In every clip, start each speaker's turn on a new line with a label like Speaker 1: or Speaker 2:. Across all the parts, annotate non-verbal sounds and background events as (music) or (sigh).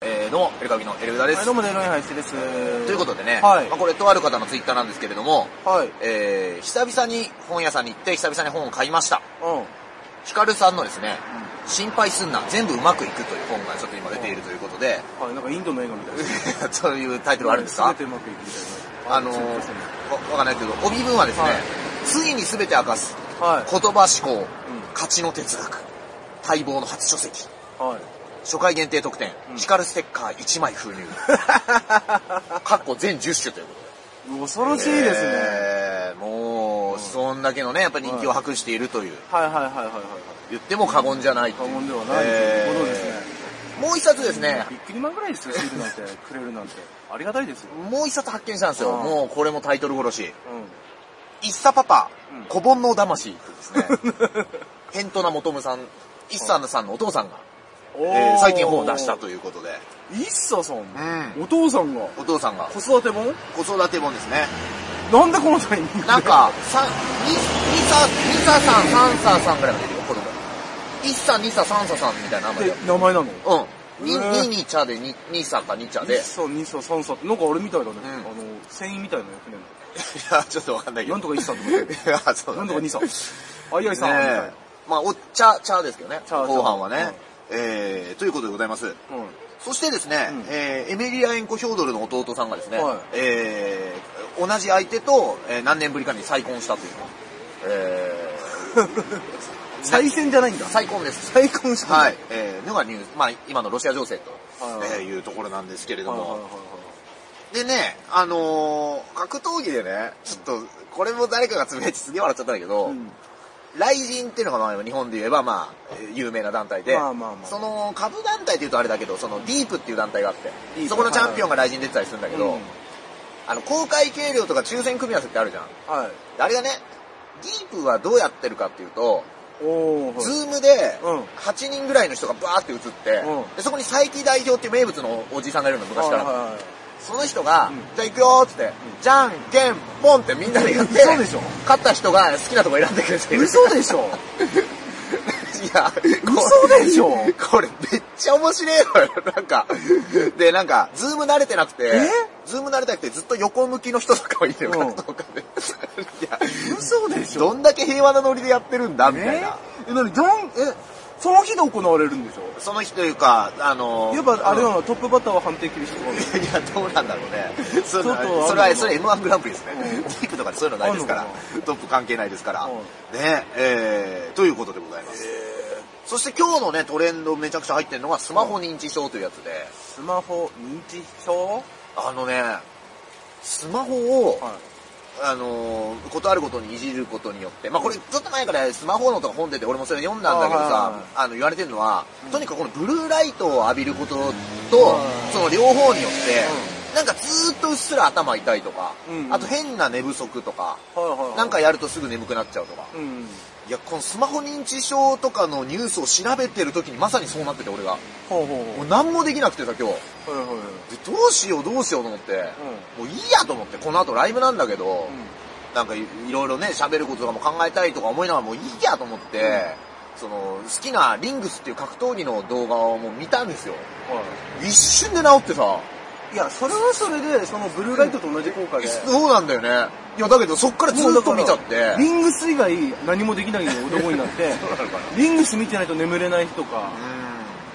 Speaker 1: ー、どうも、エルカギのエルグダで
Speaker 2: はい、
Speaker 1: す。
Speaker 2: どうも、デロインハイスです。
Speaker 1: ということでね、
Speaker 2: はい
Speaker 1: まあ、これとある方のツイッターなんですけれども、
Speaker 2: はい。うん。
Speaker 1: えー、久々に本屋さんに行って、久々に本を買いました。ヒカルさんのですね、心配すんな、全部うまくいくという本がちょっと今出ているということで、
Speaker 2: はい、なんかインドの映画みたいです。
Speaker 1: (laughs) そういうタイトルあるんですか
Speaker 2: 全てうまくいくみたいな。
Speaker 1: あのー、
Speaker 2: はい
Speaker 1: わわかんないけど、帯文はですね、
Speaker 2: はい
Speaker 1: ついに全て明かす、
Speaker 2: はい。
Speaker 1: 言葉思考、勝ちの哲学、待望の初書籍、
Speaker 2: はい。
Speaker 1: 初回限定特典、
Speaker 2: うん
Speaker 1: ヒカルステッカー1枚
Speaker 2: (laughs)
Speaker 1: 封入。かっこ全10種ということで。
Speaker 2: 恐ろしいですね。
Speaker 1: えーもう、そんだけのね、やっぱ人気を博しているという、
Speaker 2: はいはいはいはいはい。
Speaker 1: 言っても過言じゃないと
Speaker 2: 過
Speaker 1: いう
Speaker 2: 言ではない
Speaker 1: えー
Speaker 2: ものですね。
Speaker 1: もう一冊ですね、
Speaker 2: びっくりマンぐらいですよ、シールなんて、くれるなんて。ありがたいですよ。
Speaker 1: もう一冊発見したんですよ。
Speaker 2: うん
Speaker 1: もうこれもタイトル殺し。
Speaker 2: う
Speaker 1: 一茶パパ
Speaker 2: うん、
Speaker 1: 小煩悩魂です
Speaker 2: (laughs)
Speaker 1: ね。ヘントな元むさん、一茶さんのお父さんが、
Speaker 2: ん。
Speaker 1: えー最近本を出した
Speaker 2: い
Speaker 1: ということで、
Speaker 2: う。イッサさん。
Speaker 1: ん
Speaker 2: お父さんが、
Speaker 1: お父さんが
Speaker 2: 子育て本
Speaker 1: 子育て本ですね。
Speaker 2: なんでこのタイミングで
Speaker 1: なん、か、さ、に、にさ、にささん、さんささんぐらいまでいるよ、子供。一さ、にさ、さんささんみたいな名前
Speaker 2: で
Speaker 1: で。
Speaker 2: 名前なの
Speaker 1: うん。に、
Speaker 2: へー
Speaker 1: ににちゃで、に、にさかにちゃで。い
Speaker 2: 1差、2差、3差って、なんかあれみたいだ
Speaker 1: ん
Speaker 2: ね。あの、船員みたいな船の。
Speaker 1: や、ちょっとわかんないけど。
Speaker 2: なんとか
Speaker 1: い
Speaker 2: 1差と思って。
Speaker 1: や、そう
Speaker 2: な
Speaker 1: だね
Speaker 2: んとか2差。あいあいさんみたいな。
Speaker 1: ねえ。まあ、お茶、茶ですけどね。
Speaker 2: 茶
Speaker 1: 後半はね。えー、ということでございます。
Speaker 2: う
Speaker 1: そしてですね、
Speaker 2: うん
Speaker 1: えーエメリア・エンコ・ヒョードルの弟さんがですね、
Speaker 2: はい
Speaker 1: えー同じ相手と、えー何年ぶりかに再婚したという、え
Speaker 2: ん。再選じゃないんだ
Speaker 1: ー、。再婚です。
Speaker 2: 再婚した。。
Speaker 1: はいい、えー、のがニュース、まあ、今のロシア情勢と、
Speaker 2: はいはい
Speaker 1: えーいうところなんですけれど
Speaker 2: はい
Speaker 1: も、
Speaker 2: はいはい
Speaker 1: でね、あのー格闘技でね、ちょっと、これも誰かがつぶやいてすげえ笑っちゃったんだけど、
Speaker 2: はい。うん
Speaker 1: ライジンっていうのがまあ日本で言えばまあ、えー有名な団体で、
Speaker 2: まあまあまあ
Speaker 1: その株団体っていうとあれだけど、そのディープっていう団体があって
Speaker 2: ディー、プ
Speaker 1: そこのチャンピオンがライジン出てたりするんだけど、
Speaker 2: うん
Speaker 1: あの、公開計量とか抽選組み合わせってあるじゃん。
Speaker 2: はい。
Speaker 1: あれがね、ディープはどうやってるかっていうと、
Speaker 2: おー。はい
Speaker 1: ズームで
Speaker 2: うん
Speaker 1: 8人ぐらいの人がバーって映って、
Speaker 2: うん
Speaker 1: でそこに佐伯代表っていう名物のおじさんがいるの昔から、
Speaker 2: はいはいはい
Speaker 1: その人が、
Speaker 2: うん
Speaker 1: じゃあ行くよーっつって、じゃんけんポンってみんなでやって
Speaker 2: 嘘でしょ
Speaker 1: 勝った人が好きなとこ選んでくれてる
Speaker 2: 嘘でし (laughs) ょ
Speaker 1: いや、
Speaker 2: 嘘でしょ
Speaker 1: これめっちゃ面白いのよ。なんか、で、なんか、ズーム慣れてなくて
Speaker 2: え、
Speaker 1: ズーム慣れてなくてずっと横向きの人とかもいるよ、
Speaker 2: うん
Speaker 1: 格闘家で。いや、
Speaker 2: 嘘でしょ
Speaker 1: どんだけ平和なノリでやってるんだ、みたいな。
Speaker 2: ええ、なに、どん、え、その日で行われるんでしょ
Speaker 1: その日というか、あの、
Speaker 2: やっぱ、あれ
Speaker 1: うん
Speaker 2: なの、トップバッターは判定切りしてもらうの
Speaker 1: いや、どうなんだろうね。そういうの
Speaker 2: ちょっとあるの
Speaker 1: それは、それ M1 グランプリですね。
Speaker 2: うん
Speaker 1: ディープとかでそういうのないですから
Speaker 2: あるの。
Speaker 1: トップ関係ないですから
Speaker 2: うん。
Speaker 1: ね、えー、ということでございます。そして今日のね、トレンドめちゃくちゃ入ってるのがスマホ認知症というやつで、
Speaker 2: スマホ認知症
Speaker 1: あのね、スマホを、
Speaker 2: は
Speaker 1: あのー、ことあることにいじることによって、まあこれちょっと前からスマホのとか本出て俺もそれ読んだんだけど
Speaker 2: あーはい
Speaker 1: さ
Speaker 2: はい、
Speaker 1: あの言われてるのは、
Speaker 2: うん
Speaker 1: とにかくこのブルーライトを浴びることと、
Speaker 2: い
Speaker 1: その両方によって、なんかずーっとうっすら頭痛いとか、
Speaker 2: うんうん
Speaker 1: あと変な寝不足とか、
Speaker 2: い。はいはいはい。
Speaker 1: なんか、やるとすぐ眠くなっちゃうとか、
Speaker 2: うん。
Speaker 1: いや、このスマホ認知症とかのニュースを調べてる時にまさにそうなってて俺が、
Speaker 2: ほうほう
Speaker 1: もう何もできなくてさ今日、
Speaker 2: ほう。はいはいはい。
Speaker 1: でどうしようどうしようと思って、もういいやと思って、この後ライブなんだけど、
Speaker 2: うん。うん。
Speaker 1: なんかいいろいろね、喋ることとかも考えたいとか思いながらもういいやと思って、その、好きなリングスっていう格闘技の動画をもう見たんですよ。
Speaker 2: はい。
Speaker 1: 一瞬で治ってさ、
Speaker 2: いや、それはそれで、そのブルーライトと同じ効果で。
Speaker 1: そうなんだよね。いや、だけどそっからず
Speaker 2: もうだ
Speaker 1: っ
Speaker 2: か
Speaker 1: と
Speaker 2: ら
Speaker 1: 見ちゃって。
Speaker 2: リングス以外何もできない男にな (laughs) って、
Speaker 1: そうなのかな
Speaker 2: リングス見てないと眠れない日とか、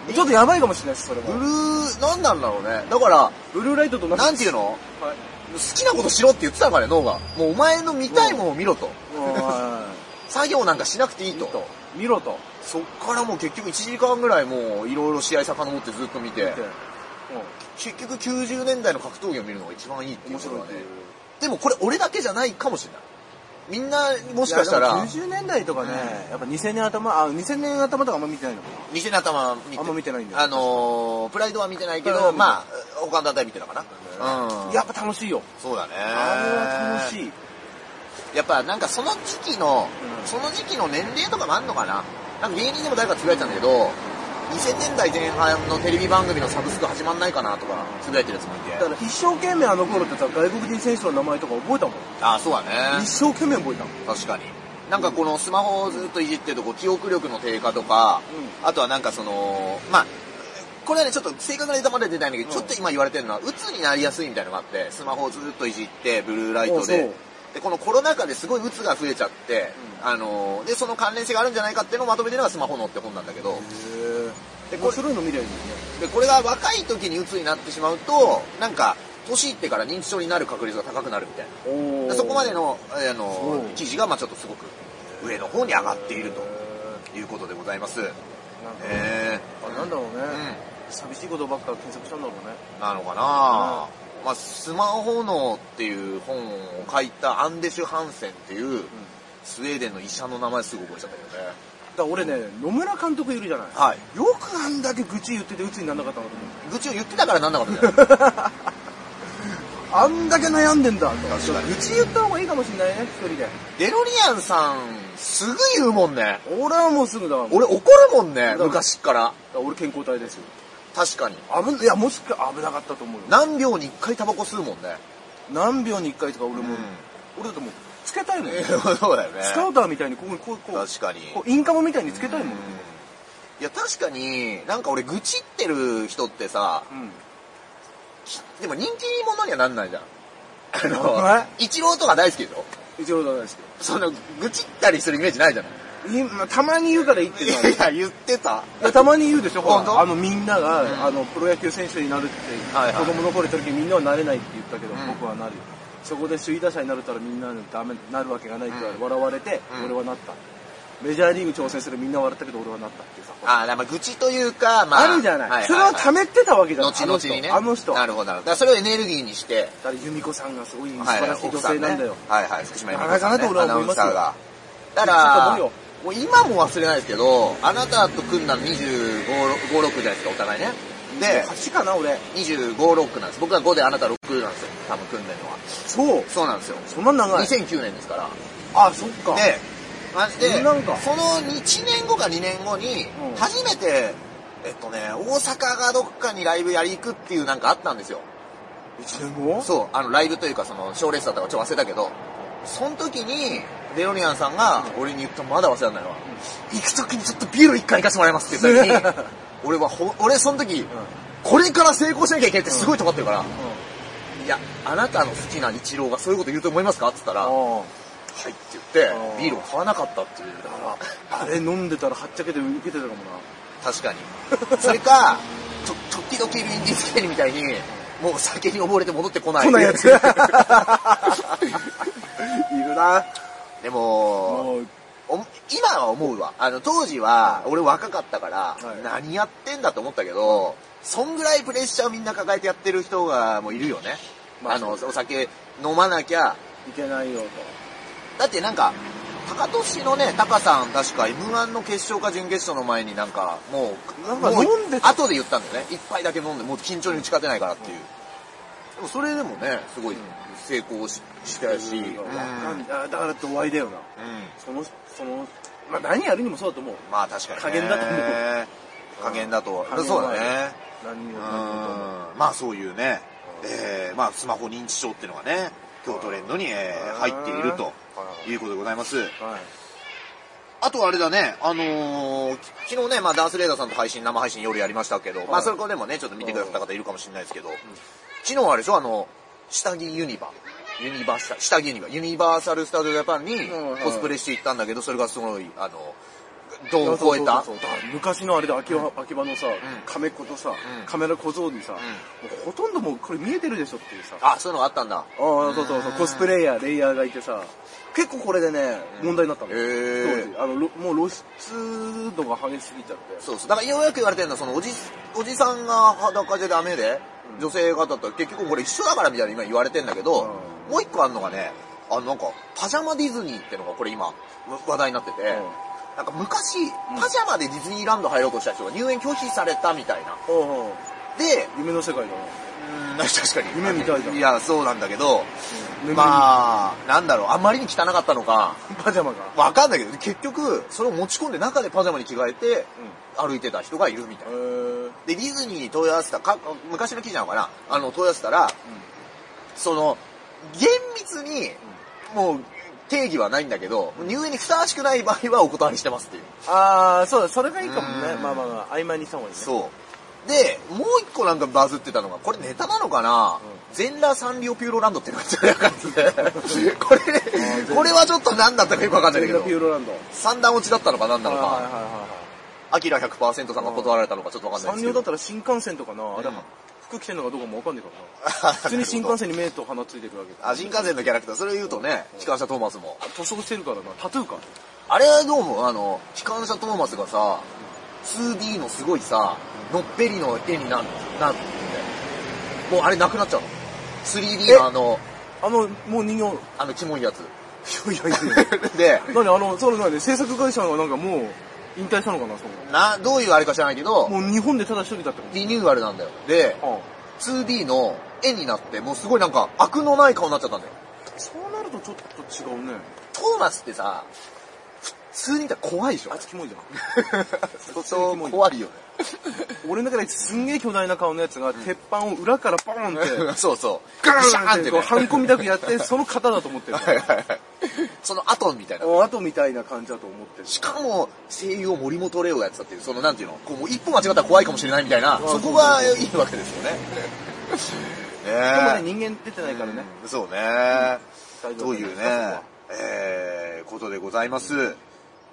Speaker 1: うん
Speaker 2: ちょっとやばいかもしれないです、それ
Speaker 1: ブル
Speaker 2: は。
Speaker 1: ー、なんなんだろうね。だから、
Speaker 2: ブルーライトと同じ。
Speaker 1: なんていうの
Speaker 2: はい
Speaker 1: 好きなことしろって言ってたからね、脳が。もうお前の見たいものを見ろと。
Speaker 2: は
Speaker 1: 作業なんかしなくていいと。
Speaker 2: い。 (laughs) 見ろと。
Speaker 1: そっからもう結局1時間ぐらいもういろいろ試合遡ってずっと見て
Speaker 2: って。
Speaker 1: 結局90年代の格闘技を見るのが一番いいって
Speaker 2: うん
Speaker 1: いう
Speaker 2: 面
Speaker 1: こと
Speaker 2: 白い
Speaker 1: は
Speaker 2: っ
Speaker 1: ね
Speaker 2: ていう。
Speaker 1: でもこれ俺だけじゃないかもしれないみんなもしかした
Speaker 2: いやで
Speaker 1: ら
Speaker 2: も90年代とかね、やっぱ2000年頭、あ、2000年頭とかあんま見てないのかな。
Speaker 1: 店の頭見て
Speaker 2: あんま見てないんだよ
Speaker 1: あのー、プライドは見てないけ
Speaker 2: プライド
Speaker 1: ど
Speaker 2: は見てない
Speaker 1: まあ他の団体見てたかなうん
Speaker 2: やっぱ楽しいよ。
Speaker 1: そうだね
Speaker 2: あれは楽しい。
Speaker 1: やっぱなんかその時期の、
Speaker 2: うん
Speaker 1: その時期の年齢とかもあんのかななんか芸人でも誰かつぶやいてたんだけど2000年代前半のテレビ番組のサブスク始まんないかなとかつぶやいてるやつもい
Speaker 2: だか
Speaker 1: て
Speaker 2: ら一生懸命あの頃ってさ、外国人選手の名前とか覚えたもん。
Speaker 1: ああそうだね
Speaker 2: 一生懸命覚えたもん。
Speaker 1: 確かになんかこのスマホをずっといじってるとこう記憶力の低下とか、
Speaker 2: う
Speaker 1: あとはなんかそのまあこれはね、ちょっと正確なネタまで出てないんだけど、
Speaker 2: うん
Speaker 1: ちょっと今言われてるのは、鬱になりやすいみたいなのがあって、スマホをずっといじって、ブルーライト
Speaker 2: おうそ
Speaker 1: で
Speaker 2: う。
Speaker 1: で、このコロナ禍ですごい鬱が増えちゃって、あのーで、その関連性があるんじゃないかっていうのをまとめてるのがスマホのって本なんだけど、
Speaker 2: え
Speaker 1: で
Speaker 2: 面
Speaker 1: これ
Speaker 2: 白いの見れるんだよね
Speaker 1: で、これが若い時に鬱になってしまうと、なんか、年いってから認知症になる確率が高くなるみたいな。
Speaker 2: お
Speaker 1: で
Speaker 2: ー
Speaker 1: そこまでの、えーあ
Speaker 2: そ
Speaker 1: の
Speaker 2: う
Speaker 1: ー記事が、まあちょっとすごく上の方に上がっていると
Speaker 2: へ
Speaker 1: いうことでございます。
Speaker 2: ーなんか
Speaker 1: え
Speaker 2: あなんだろうね、
Speaker 1: うん
Speaker 2: 寂しいことばっか検索したんだろうね
Speaker 1: なのかな、まあ、スマホのっていう本を書いたアンデシュ・ハンセンっていう、スウェーデンの医者の名前すぐ覚えちゃったけどね。
Speaker 2: だから俺ね野村監督いるじゃない
Speaker 1: はい。
Speaker 2: よくあんだけ愚痴言ってて鬱にならなかったのと思
Speaker 1: 愚痴を言ってたからなんなかったん (laughs) じゃない
Speaker 2: うあんだけ悩んでんだと
Speaker 1: 確かに
Speaker 2: 愚痴言った方がいいかもしれないね一人で
Speaker 1: デロリアンさん、すぐ言うもんね。
Speaker 2: 俺はもうすぐだから
Speaker 1: 俺怒るもんね、
Speaker 2: から
Speaker 1: 昔から。
Speaker 2: 俺健康体ですよ
Speaker 1: 確かに。
Speaker 2: 危ないやもしか危なかったと思うよ
Speaker 1: 何秒に一回タバコ吸うもんね。
Speaker 2: 何秒に1回とか俺も、
Speaker 1: うん (laughs)
Speaker 2: 俺だともうつけたいもん、
Speaker 1: そうだよね。
Speaker 2: スカウターみたいにここにこうこう
Speaker 1: 確かに。
Speaker 2: こうインカムみたいにつけたいもん、
Speaker 1: うんいや、確かに、なんか俺愚痴ってる人ってさ、
Speaker 2: うん
Speaker 1: でも人気者にはなんないじゃん。あ
Speaker 2: は
Speaker 1: の、イチローとか大好きでしょ
Speaker 2: 一応じゃないですけ
Speaker 1: その、愚痴ったりするイメージないじゃない
Speaker 2: どいまあたまに言うから言ってた
Speaker 1: いや、言ってた。
Speaker 2: いやたまに言うでしょ、ほ
Speaker 1: 本
Speaker 2: ら
Speaker 1: 当
Speaker 2: あのみんなが、
Speaker 1: うん
Speaker 2: あのプロ野球選手になるって、
Speaker 1: はいはい
Speaker 2: 子供の頃言った時みんなはなれないって言ったけど、
Speaker 1: うん
Speaker 2: 僕はなるよそこで首位打者になるたらみんなダメなるわけがないって言われ、
Speaker 1: うん
Speaker 2: 笑われて、
Speaker 1: うん
Speaker 2: 俺はなったメジャーリーグ挑戦するみんなは笑ったけど俺はなったっていうさあ,、
Speaker 1: ああ、だからまあ愚痴というか、まあ。
Speaker 2: るじゃない,、
Speaker 1: はは
Speaker 2: それを溜めてたわけじゃない
Speaker 1: 後々にね。
Speaker 2: あの人あの人
Speaker 1: なるほど、なるほど。だからそれをエネルギーにして、
Speaker 2: だから由美子さんがすごい素
Speaker 1: はい
Speaker 2: 晴らしい女性なんだよ、。
Speaker 1: 奥さねはいはい、福島由美子さん
Speaker 2: なかなかと俺は
Speaker 1: ねアナ
Speaker 2: 思
Speaker 1: ウ
Speaker 2: い
Speaker 1: ン
Speaker 2: ます
Speaker 1: サ
Speaker 2: よ
Speaker 1: ーが。だか
Speaker 2: ち
Speaker 1: ら、
Speaker 2: ょっ
Speaker 1: も
Speaker 2: と
Speaker 1: う今も忘れないですけど、あなたと組んだの25、5、6じゃないですか、お互いね。で、
Speaker 2: 8かな俺
Speaker 1: 25、6なんです。僕は5であなた6なんですよ。多分組んでるのは。
Speaker 2: そう
Speaker 1: そうなんですよ。
Speaker 2: そんな長い
Speaker 1: 2009年ですから。
Speaker 2: あそっか
Speaker 1: で、マジで、
Speaker 2: なんか
Speaker 1: その1年後か2年後に
Speaker 2: うん、
Speaker 1: 初めて、えっとね、大阪がどっかにライブやり行くっていうなんかあったんですよ。
Speaker 2: 1年後
Speaker 1: そう、あの、ライブというか、その、賞レースだったからちょっと忘れたけど、その時に、デロリアンさんが、俺に言ったまだ忘れられないわ。行く時にちょっとビール1回行かせてもらいますって言った時に、 (laughs) 俺はほ、俺その時、これから成功しなきゃいけないってすごい尖ってるから、いや、あなたの好きな一郎がそういうこと言うと思いますかって言ったら、はい
Speaker 2: あ
Speaker 1: って言っ
Speaker 2: あー
Speaker 1: て、ビールを買わなかったっていう。だから、
Speaker 2: ああれ飲んでたらはっちゃけて受けてたかもな
Speaker 1: 確かに。 (laughs) それか、と、時々ビンディスケリみたいに、もう酒に溺れて戻ってこない。
Speaker 2: こんなや
Speaker 1: (laughs)
Speaker 2: ついるな
Speaker 1: でも、
Speaker 2: もう
Speaker 1: お今は思うわ。あの、当時は、俺若かったから、
Speaker 2: はい
Speaker 1: 何やってんだと思ったけど、そんぐらいプレッシャーをみんな抱えてやってる人が、もういるよね。
Speaker 2: まあ
Speaker 1: あの、お酒飲まなきゃ、
Speaker 2: いけないよ
Speaker 1: だってなんか、高俊のね、高さん、確か M1 の決勝か準決勝の前になんか、もう、
Speaker 2: なんか
Speaker 1: もう
Speaker 2: 飲んでた
Speaker 1: 後で言ったんだよね。一杯だけ飲んで、もう緊張に打ち勝てないからっていう。でもそれでもね、すごい成功しした
Speaker 2: と
Speaker 1: し、うん。
Speaker 2: わかんあだから度合いだよな
Speaker 1: うん
Speaker 2: そのそのまあ何やるにもそうだと思う
Speaker 1: まあ確かにね。
Speaker 2: 加減だと思う
Speaker 1: 加減だと
Speaker 2: 加減は。
Speaker 1: そうだね。
Speaker 2: 何
Speaker 1: う
Speaker 2: を
Speaker 1: ん
Speaker 2: 何を。
Speaker 1: まあそういうね、えーまあスマホ認知症っていうのがね、今日トレンドに、えー入っているということでございます。
Speaker 2: はい
Speaker 1: あとはあれだね、あのーき昨日ね、まあダンスレーダーさんと配信、生配信夜やりましたけど、まあそこでもね、ちょっと見てくださった方いるかもしれないですけど、昨日あれでしょ、あの、下着ユニバ、ユニバーサル、下着ユニバ、ユニバーサル・スタジオ・ジャパンに
Speaker 2: うんうん
Speaker 1: コスプレしていったんだけど、それがすごい、あの、どう超えた
Speaker 2: そうそうそうそうだから昔のあれで秋葉秋葉のさ、亀子とさ、
Speaker 1: ん
Speaker 2: カメラ小僧にさ、もうほとんどもうこれ見えてるでしょっていうさ、あ
Speaker 1: あ、そういうのがあったんだ。
Speaker 2: あー、そうそうそう、コスプレイヤー、レイヤーがいてさ、結構これでね、問題になったの。
Speaker 1: へー
Speaker 2: 当時あのろもう露出度が激しすぎちゃって。
Speaker 1: そうそう。だからようやく言われてるのは、そのおじ、おじさんが裸じゃダメで、女性がだったら結局これ一緒だからみたいな今言われてんだけど、もう一個あるのがね、あのなんか、パジャマディズニーってのがこれ今、話題になってて、なんか昔、パジャマでディズニーランド入ろうとした人が入園拒否されたみたいな。
Speaker 2: うん。うんうん
Speaker 1: で、
Speaker 2: 夢の世界だな。
Speaker 1: うん (laughs) 確かに。
Speaker 2: 夢みたいだ
Speaker 1: いや、そうなんだけど、
Speaker 2: 眠い
Speaker 1: まあ、なんだろう、あんまりに汚かったのか、
Speaker 2: パジャマが。
Speaker 1: わかんないけど、結局、それを持ち込んで中でパジャマに着替えて、歩いてた人がいるみたいな
Speaker 2: へ。ー
Speaker 1: で、ディズニーに問い合わせた、か昔の記事なのかなあの、問い合わせたら、その、厳密に、もう、定義はないんだけど、入園にふさわしくない場合はお断りしてますっていう。
Speaker 2: あー、そうだ、それがいいかもね
Speaker 1: う。ん
Speaker 2: まあまあまあ、曖昧にした方がいいね。
Speaker 1: そう。で、もう一個なんかバズってたのが、これネタなのかな、全裸サンリオピューロランドっていうのがつぶやかれて
Speaker 2: (laughs)
Speaker 1: てこれ、これはちょっと何だったかよくわかんない
Speaker 2: 全
Speaker 1: けど
Speaker 2: 裸ピ、ューロランド。
Speaker 1: 三段落ちだったのか何なの
Speaker 2: はいはい
Speaker 1: か、アキラ100%さんが断られたのかちょっとわかんない
Speaker 2: はいは
Speaker 1: ですけ
Speaker 2: い。三両だ
Speaker 1: ど
Speaker 2: っ。たら新幹線とかな、あれ
Speaker 1: (laughs) うん、
Speaker 2: 服着てんのかどうかもわかんない
Speaker 1: (laughs)
Speaker 2: からな。普通に新幹線に目と鼻ついてるわけだ。
Speaker 1: あ、新幹線のキャラクター、それ言うとね、機関車トーマスも。
Speaker 2: 塗装してるからな、タトゥーか。
Speaker 1: あれはどうも、あの、機関車トーマスがさ、2D のすごいさ、のっぺりの絵になる、なるんで。もうあれなくなっちゃうの。3D
Speaker 2: え
Speaker 1: のあの、
Speaker 2: あの、もう人形、
Speaker 1: あの、キモいやつ。
Speaker 2: いやいやいや。
Speaker 1: で、
Speaker 2: 何あの、それ何制作会社がなんかもう引退したのかな、その。
Speaker 1: な、どういうあれか知らないけど、
Speaker 2: もう日本でただ一人だったか
Speaker 1: リニューアルなんだよ。で、
Speaker 2: ら。あ
Speaker 1: 2D の絵になって、もうすごいなんか、悪のない顔になっちゃったんだよ。
Speaker 2: あそうなるとちょっと違うね。
Speaker 1: トーマスってさ、普通に見たら怖いでしょ
Speaker 2: あいつキモいじゃん。 (laughs)
Speaker 1: 相当怖いよね。
Speaker 2: 俺の中ですんげえ巨大な顔のやつが、鉄板を裏からポーンって、
Speaker 1: そうそう。
Speaker 2: (laughs) ガ
Speaker 1: シャーン
Speaker 2: ーン
Speaker 1: っ
Speaker 2: ってて
Speaker 1: ね
Speaker 2: こう、ハンコみたくやって、その型だと思 (laughs) ってる。
Speaker 1: はいはいはい。 (laughs) その後みたいな。
Speaker 2: 後みたいな感じだと思 (laughs) ってる。
Speaker 1: しかも、声優を森本レオがやってたっていう、そのなんていうの、こうもう一歩間違ったら怖いかもしれないみたいな、
Speaker 2: うん
Speaker 1: そこがいいわけですよね。ね
Speaker 2: でも
Speaker 1: え
Speaker 2: ね、人間出てないからね。
Speaker 1: うんそうね。
Speaker 2: 大丈夫
Speaker 1: というね、えー、ことでございます。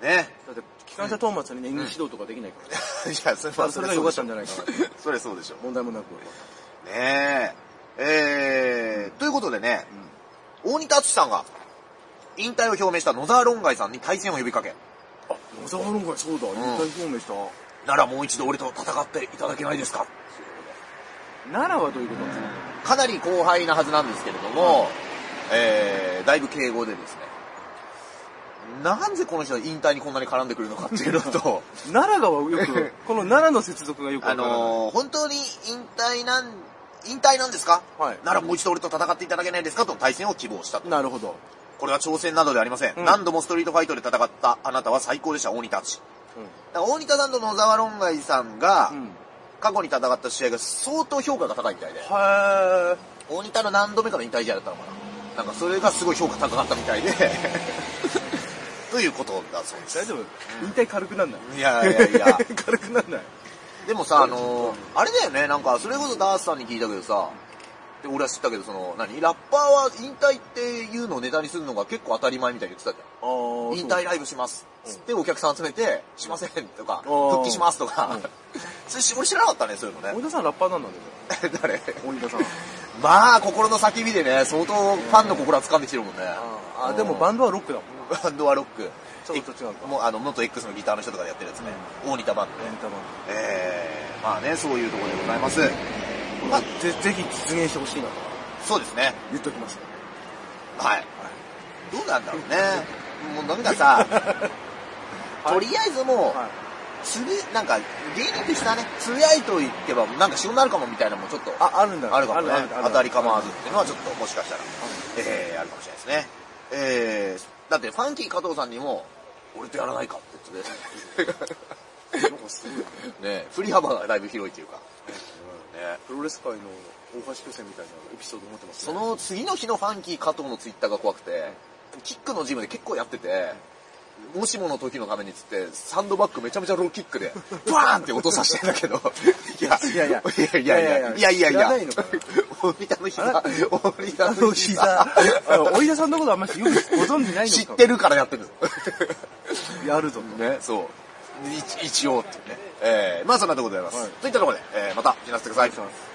Speaker 1: ね。
Speaker 2: だって、機関車トーマスに演技指導とかできないからね。
Speaker 1: いや、それ
Speaker 2: あそれが良かったんじゃないかな。
Speaker 1: それそうでしょ。
Speaker 2: 問題もなく。
Speaker 1: ねえ。えー、ということでね、大仁田敦さんが、引退を表明した野沢論外さんに対戦を呼びかけ、
Speaker 2: あ、野沢論外そうだ。引退表明した。
Speaker 1: ならもう一度俺と戦っていただけないですか
Speaker 2: 奈良はどういうことなんですか
Speaker 1: かなり後輩なはずなんですけれども、えー、だいぶ敬語でですね、なんでこの人は引退にこんなに絡んでくるのかっていうの (laughs) と、
Speaker 2: 奈良がよく、この奈良の接続がよく
Speaker 1: あ
Speaker 2: わからない。
Speaker 1: のー、本当に引退なん、引退なんですか
Speaker 2: はい
Speaker 1: ならもう一度俺と戦っていただけないですかとの対戦を希望したと。
Speaker 2: なるほど。
Speaker 1: これは挑戦などではありません。
Speaker 2: うん
Speaker 1: 何度もストリートファイトで戦ったあなたは最高でした、大仁田敦。だから大仁田さんと野沢論外さんが
Speaker 2: う、ん。
Speaker 1: 過去に戦った試合が相当評価が高いみたいで、
Speaker 2: は
Speaker 1: 大仁田の何度目かの引退試合だったのかな。なんかそれがすごい評価高かったみたいで、 (laughs) ということだそうで
Speaker 2: ー。大
Speaker 1: す。
Speaker 2: 丈夫引退軽くなんない。
Speaker 1: いやいやいや
Speaker 2: (laughs) 軽くなんない。
Speaker 1: でもさ、あのーあれだよね、なんかそれこそダースさんに聞いたけどさ、で俺は知ったけど、その、何ラッパーは引退っていうのをネタにするのが結構当たり前みたいに言ってたじゃん。
Speaker 2: あー
Speaker 1: 引退ライブします。つってお客さん集めて、しませんとか、
Speaker 2: あー
Speaker 1: 復帰しますとか
Speaker 2: うん。
Speaker 1: (laughs) それし俺知らなかったね、そういうの
Speaker 2: 大
Speaker 1: ね。
Speaker 2: 田さんラッパーなんだね。
Speaker 1: (laughs) 誰 (laughs)
Speaker 2: 大田さん。
Speaker 1: まあ、心の叫びでね、相当ファンの心は掴んできてるもんね。
Speaker 2: あーでもバンドはロックだもん。
Speaker 1: バンドはロック。
Speaker 2: ちょっと違うか
Speaker 1: もう、あの、元 X のギターの人とかでやってるやつね。大仁田バンド
Speaker 2: エ
Speaker 1: ね
Speaker 2: ン。タバン
Speaker 1: えー、まあね、そういうところでございます。まあ、
Speaker 2: ドぜぜひ実現してほしいなと
Speaker 1: そうですね。
Speaker 2: 言っときます。
Speaker 1: はい。どうなんだろうね。もうなんか
Speaker 2: (laughs)
Speaker 1: さ、とりあえずもう、
Speaker 2: はい。
Speaker 1: つぶ、なんか、芸人ってさね、つぶやいといけば、なんか仕事になるかもみたいなのもちょっと、
Speaker 2: あ、あるんだ。
Speaker 1: あるかもね。当たり構わ
Speaker 2: ず。
Speaker 1: ずっていうのはちょっともしかしたら、えー、あるかもしれないですね。えー、だってファンキー加藤さんにも、俺とやらないかって言ってて
Speaker 2: なんかすごいね。
Speaker 1: ね、振り幅がだいぶ広いっていうか。ね、
Speaker 2: (laughs) プロレス界の大橋巨泉みたいなエピソード持ってます
Speaker 1: そ
Speaker 2: ね。
Speaker 1: の次の日のファンキー加藤のツイッターが怖くて、キックのジムで結構やってて、もしもの時のためにっつって、サンドバッグめちゃめちゃローキックで、バーンって落とさせてんだけど、いや、
Speaker 2: いやいや
Speaker 1: いやいやいや、いやいやい
Speaker 2: 知ら
Speaker 1: や
Speaker 2: ないのかな、
Speaker 1: 大仁田の膝、大仁田
Speaker 2: あの
Speaker 1: の
Speaker 2: 膝
Speaker 1: 膝、。
Speaker 2: あの大田さんのことあんまりよくご存知ないのか
Speaker 1: 知ってるからやってるんです。
Speaker 2: やるぞと。
Speaker 1: ね、そう。一一応っていうね。えー、まあそんなところでございます。
Speaker 2: はい
Speaker 1: といったところで、えー、また、気なさってください。
Speaker 2: お願いします